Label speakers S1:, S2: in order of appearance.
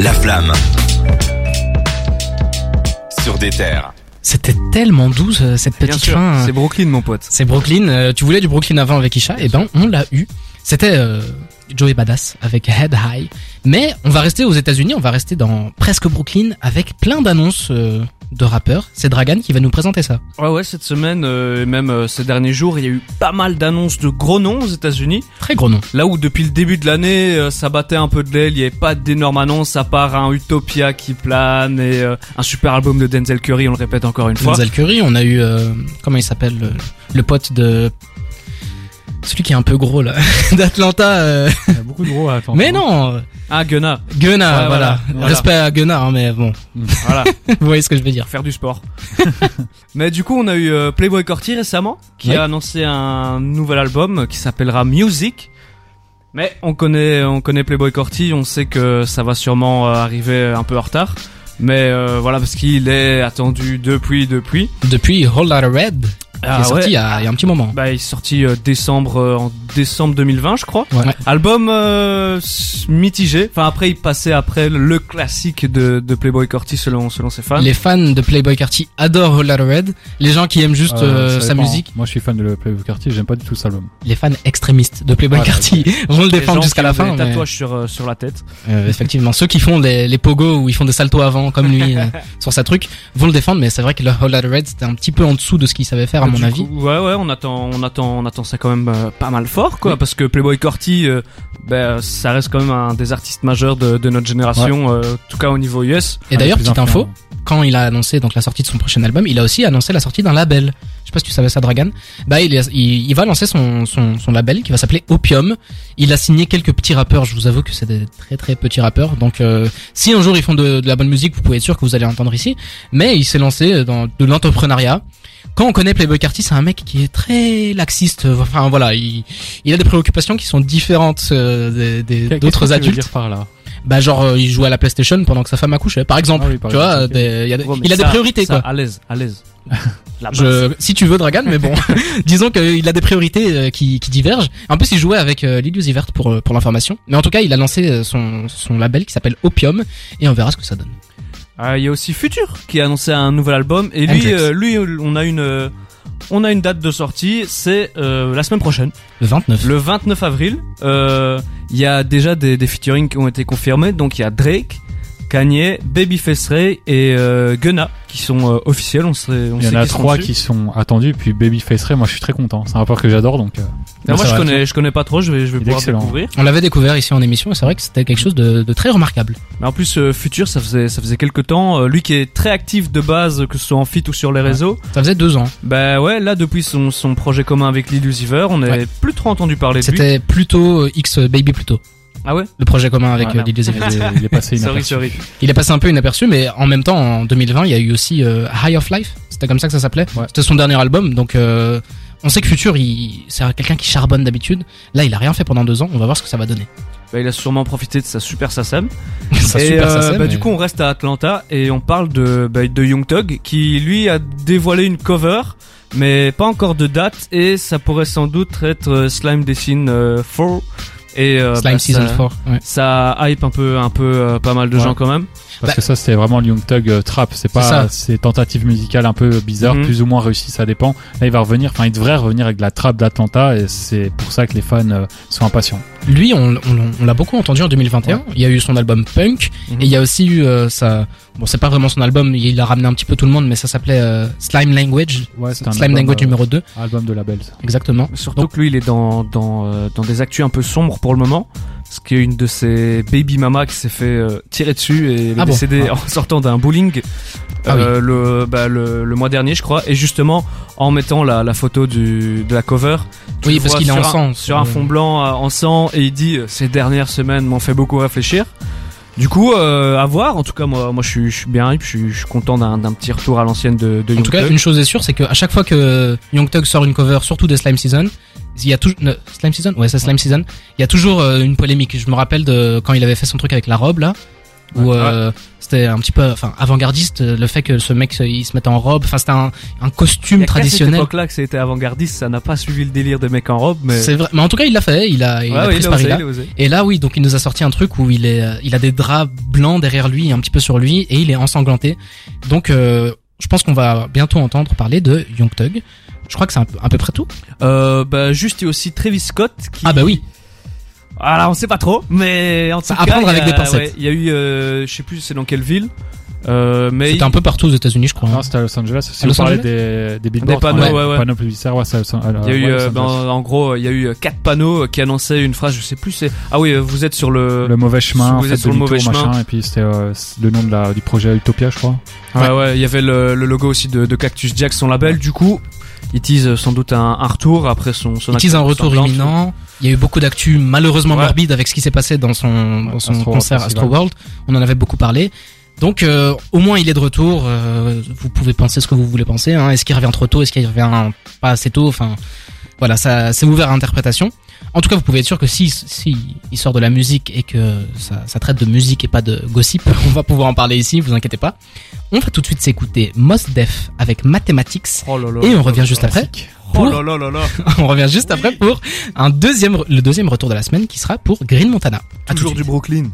S1: La flamme. Sur des terres.
S2: C'était tellement doux ce- cette
S3: Bien
S2: petite
S3: sûr,
S2: fin. euh,
S3: c'est Brooklyn, mon pote.
S2: C'est Brooklyn. euh, tu voulais du Brooklyn avant avec Isha Eh ben, on l'a eu. C'était euh, Joey Badass avec Head High. Mais on va rester aux États-Unis. On va rester dans presque Brooklyn avec plein d'annonces euh, de rappeurs. C'est Dragan qui va nous présenter ça.
S3: Ouais, ouais, cette semaine, euh, et même euh, ces derniers jours, il y a eu pas mal d'annonces de gros noms aux États-Unis.
S2: Très gros nom.
S3: Là où depuis le début de l'année, euh, ça battait un peu de l'aile, il n'y avait pas d'énormes annonces à part un Utopia qui plane et euh, un super album de Denzel Curry, on le répète encore une fois.
S2: Denzel Curry. On a eu euh, comment il s'appelle le, le pote de celui qui est un peu gros là d'Atlanta. euh.
S4: Il y a beaucoup de gros à attendre.
S2: Mais non, euh,
S3: Ah, Gunna,
S2: Gunna.
S3: Ouais,
S2: voilà.
S3: voilà, voilà.
S2: Respect à Gunna, hein, mais bon,
S3: voilà,
S2: vous voyez ce que je veux dire.
S3: faire du sport. Mais du coup, on a eu euh, Playboy Corti récemment, qui
S2: Ouais.
S3: a annoncé un nouvel album qui s'appellera Music. Mais on connaît, on connaît Playboy Corti, on sait que ça va sûrement euh, arriver un peu en retard. Mais euh, voilà, parce qu'il est attendu depuis, depuis.
S2: Depuis Whole Lotta Red, qui
S3: Ah
S2: est sorti
S3: ouais.
S2: il, y a, il y a un petit moment.
S3: Bah, il est sorti euh, décembre, euh, en décembre 2020, je crois.
S2: Ouais.
S3: Album euh, s- mitigé. Enfin, après, il passait après le classique de, de Playboy Corti selon, selon ses fans.
S2: Les fans de Playboy Carty adorent Whole Lotta Red. Les gens qui aiment juste euh,
S4: Euh, ça
S2: sa
S4: dépend.
S2: musique,
S4: Moi, je suis fan de Playboy Cartier, j'aime pas du tout cet album.
S3: hein.
S2: les fans extrémistes de Playboy
S4: Ouais,
S2: Carty vont le
S3: Les gens
S2: défendre jusqu'à
S3: qui
S2: la
S3: ont
S2: fin.
S3: Des
S2: mais,
S3: tatouages sur, euh, sur la tête.
S2: euh, effectivement, ceux qui font les, les pogos où ils font des saltos avant comme lui euh, sur sa truc vont le défendre, mais c'est vrai que le Whole Lotta Red c'était un petit peu en dessous de ce qu'il savait faire à
S3: Du
S2: mon
S3: coup,
S2: avis.
S3: ouais, ouais, on attend, on attend, on attend ça quand même euh, pas mal fort, quoi. Parce que Playboy Corti, euh, ben, ça reste quand même un des artistes majeurs de, de notre génération, euh, en tout cas au niveau US.
S2: Et
S4: Un des
S2: d'ailleurs,
S4: plus
S2: petite info,
S4: influents.
S2: quand il a annoncé donc la sortie de son prochain album, il a aussi annoncé la sortie d'un label. Je sais pas si tu savais ça, Dragan. Bah, il, est- il, il va lancer son, son, son label qui va s'appeler Opium. Il a signé quelques petits rappeurs. Je vous avoue que c'est des très très petits rappeurs. Donc, euh, si un jour ils font de, de la bonne musique, vous pouvez être sûr que vous allez entendre ici. Mais il s'est lancé euh, dans de l'entrepreneuriat. Quand on connaît Playboy Carty, c'est un mec qui est très laxiste. Enfin voilà, il, il a des préoccupations qui sont différentes euh, des- des-
S4: Qu'est-
S2: d'autres
S4: qu'est-ce que tu veux
S2: adultes.
S4: dire par là
S2: Bah genre euh, il joue à la PlayStation pendant que sa femme accouchait, par exemple.
S4: Ah oui, par
S2: tu
S4: exemple,
S2: vois,
S4: ok.
S2: des- il y a des-
S3: Gros, mais
S2: il a des
S3: ça-
S2: priorités
S3: ça,
S2: quoi.
S3: À l'aise, à l'aise. La base.
S2: Je, si tu veux Dragan, mais bon, disons qu'il a des priorités euh, qui, qui divergent. En plus, il jouait avec euh, Lil Uzi Vert pour euh, pour l'information. Mais en tout cas, il a lancé euh, son son label qui s'appelle Opium et on verra ce que ça donne.
S3: Euh, Il y a aussi Future qui a annoncé un nouvel album et
S2: Hendrix.
S3: lui, euh, lui, on a une, euh, on a une date de sortie, c'est euh, la semaine prochaine,
S2: Le 29.
S3: le 29 avril. Euh, Il y a déjà des, des featuring qui ont été confirmés, donc il y a Drake, Kanye, Babyface Ray et euh, Gunna qui sont euh, officiels. On sait, on
S4: Il y
S3: sait
S4: en a
S3: qui seront
S4: trois
S3: dessus.
S4: qui sont attendus, puis Babyface Ray, moi je suis très content. C'est un rappeur que j'adore donc. euh,
S3: Ah, moi
S2: Ça
S3: je
S2: va.
S3: connais, je connais pas trop, je vais, je vais
S4: Il est
S3: pouvoir
S4: excellent.
S3: découvrir.
S2: On l'avait découvert ici en émission et c'est vrai que c'était quelque chose de, de très remarquable.
S3: Mais en plus euh, Future, ça faisait, ça faisait quelques temps. euh, lui qui est très actif de base, que ce soit en fit ou sur les réseaux.
S2: Ça faisait deux ans.
S3: Bah ouais, là depuis son, son projet commun avec Lil Uzi Vert, on n'avait
S2: Ouais.
S3: plus trop entendu parler de lui.
S2: C'était plutôt euh, X Baby plutôt.
S3: Ah ouais
S2: Le projet commun avec
S4: Ah,
S2: euh,
S4: merde.
S2: Lil Uzi Vert.
S4: il est- il est passé
S3: Sorry,
S4: inaperçu.
S3: sorry.
S2: Il est passé un peu inaperçu, mais en même temps, en 2020, il y a eu aussi euh, High of Life. C'était comme ça que ça s'appelait.
S4: Ouais.
S2: C'était son dernier album, donc euh, on sait que Future, il, c'est quelqu'un qui charbonne d'habitude. Là, il a rien fait pendant deux ans. On va voir ce que ça va donner.
S3: Bah, il a sûrement profité de sa super Sassam.
S2: ça
S3: et
S2: super, ça,
S3: euh,
S2: c'est,
S3: bah,
S2: mais-
S3: du coup, on reste à Atlanta et on parle de, bah, de Young Thug qui lui a dévoilé une cover, mais pas encore de date et ça pourrait sans doute être euh, Slime Dessin euh, 4 et euh,
S2: Slime
S3: bah,
S2: Season
S3: ça,
S2: 4. ouais.
S3: Ça hype un peu, un peu euh, pas mal de
S4: Ouais.
S3: gens quand même.
S4: Parce
S2: Bah-
S4: que ça, c'est vraiment le Young Thug euh, trap. C'est
S2: C'est
S4: pas
S2: ça.
S4: ces tentatives musicales un peu bizarres,
S3: Mhm.
S4: plus ou moins réussies, ça dépend. Là, il va revenir, enfin, il devrait revenir avec de la trap d'Atlanta et c'est pour ça que les fans euh, sont impatients.
S2: Lui, on, on- on l'a beaucoup entendu en 2021. Il y a eu son album Punk,
S3: Mhm.
S2: et il y a aussi eu euh, sa. Bon, c'est pas vraiment son album. Il a ramené un petit peu tout le monde, mais ça s'appelait euh, Slime Language.
S4: Ouais, c'est un
S2: Slime
S4: album,
S2: Language
S4: euh,
S2: numéro 2,
S4: Album de label.
S2: exactement.
S3: Surtout que lui, il est dans, dans, euh, dans des actus un peu sombres pour le moment. Parce qu'il y a une de ses baby mamas qui s'est fait euh, tirer dessus et elle est
S2: Ah bon
S3: décédée en sortant d'un bowling
S2: Ah
S3: euh, le, bah, le, le mois dernier, je crois. Et justement, en mettant la, la photo du, de la cover, tu
S2: Oui,
S3: le
S2: parce
S3: vois
S2: qu'il est
S3: sur
S2: en sang,
S3: un- Sur un
S2: euh,
S3: fond blanc euh, en sang et il dit euh, Ces dernières semaines m'ont fait beaucoup réfléchir. Du coup, euh, à voir. En tout cas, moi, moi je, suis, je suis bien hype. Je suis, je suis content d'un d'un petit retour à l'ancienne de, de
S2: En tout
S3: Young
S2: cas,
S3: Thug.
S2: une chose est sûre, c'est qu'à chaque fois que Young Thug sort une cover, surtout des Slime Season, il y a toujours Slime Season, ouais, c'est Slime Season. Il y a toujours euh, une polémique. Je me rappelle de quand il avait fait son truc avec la robe là, où
S4: Ouais.
S2: euh, c'était un petit peu, enfin, avant-gardiste, euh, le fait que ce mec il se mette en robe, enfin, c'était un, un
S3: Il
S2: costume
S3: y a qu'à cette
S2: traditionnel.
S3: époque-là que c'était avant-gardiste, ça n'a pas suivi le délire de mec en robe, mais.
S2: C'est vrai, mais en tout cas, il l'a fait. Il a, il
S3: Ouais,
S2: a
S3: ouais,
S2: pris
S3: il
S2: ce
S3: a osé,
S2: pari-là.
S3: il a osé.
S2: Et là, oui, donc il nous a sorti un truc où il est, euh, il a des draps blancs derrière lui, un petit peu sur lui, et il est ensanglanté. Donc, euh, je pense qu'on va bientôt entendre parler de Young Thug. Je crois que c'est un peu- à peu près tout.
S3: Euh, bah, juste, il y a aussi Travis Scott qui.
S2: Ah bah oui,
S3: Alors, on sait pas trop, mais en tout
S2: Ça,
S3: cas.
S2: à prendre
S3: il y
S2: avec
S3: a-
S2: des pincettes.
S3: ouais, Il y a eu, euh, je sais plus c'est dans quelle ville, euh, mais.
S2: c'était un peu partout aux États-Unis, je crois. hein.
S4: Non, c'était à Los Angeles. Si
S2: À
S4: vous
S2: Los
S4: parlez des, des billboards,
S3: Des panneaux,
S4: enfin,
S3: ouais, ouais.
S4: panneaux publicitaires, ouais, c'est à Los Angeles.
S3: Il y a eu,
S4: ouais, Los
S3: euh, ben,
S4: Angeles.
S3: en gros, il y a eu euh, quatre panneaux qui annonçaient une phrase, je sais plus, c'est, ah oui, euh, vous êtes sur le,
S4: le mauvais chemin,
S3: vous
S4: en
S3: êtes
S4: fait,
S3: sur le
S4: demi-tour,
S3: mauvais chemin.
S4: machin, et puis c'était euh, le nom de la, du projet Utopia, je crois.
S3: ouais, ah ouais, il y avait le, le logo aussi de, de Cactus Jack, son label, du coup, ils teasent sans doute un, un retour après son, son
S2: Ils teasent un
S3: acte-
S2: retour
S3: semblant.
S4: hein.
S2: imminent. Il y a eu beaucoup d'actu malheureusement
S3: Ouais.
S2: morbide avec ce qui s'est passé dans son,
S4: Ouais,
S2: dans son
S4: Astro
S2: concert
S4: World
S2: Astro
S4: Festival.
S2: World. On en avait beaucoup parlé. Donc euh, au moins il est de retour. euh, vous pouvez penser ce que vous voulez penser. hein. Est-ce qu'il revient trop tôt Est-ce qu'il revient pas assez tôt Enfin voilà, ça c'est ouvert à interprétation. En tout cas, vous pouvez être sûr que si, si il sort de la musique et que ça, ça traite de musique et pas de gossip, on va pouvoir en parler ici. Vous inquiétez pas. On va tout de suite s'écouter Mos Def avec Mathematics
S3: Oh là là.
S2: et on revient juste après
S3: Oh
S2: pour
S3: là là là là.
S2: on revient juste après pour un deuxième, le deuxième retour de la semaine qui sera pour Green Montana. À tout de
S3: Toujours
S2: suite.
S3: du Brooklyn.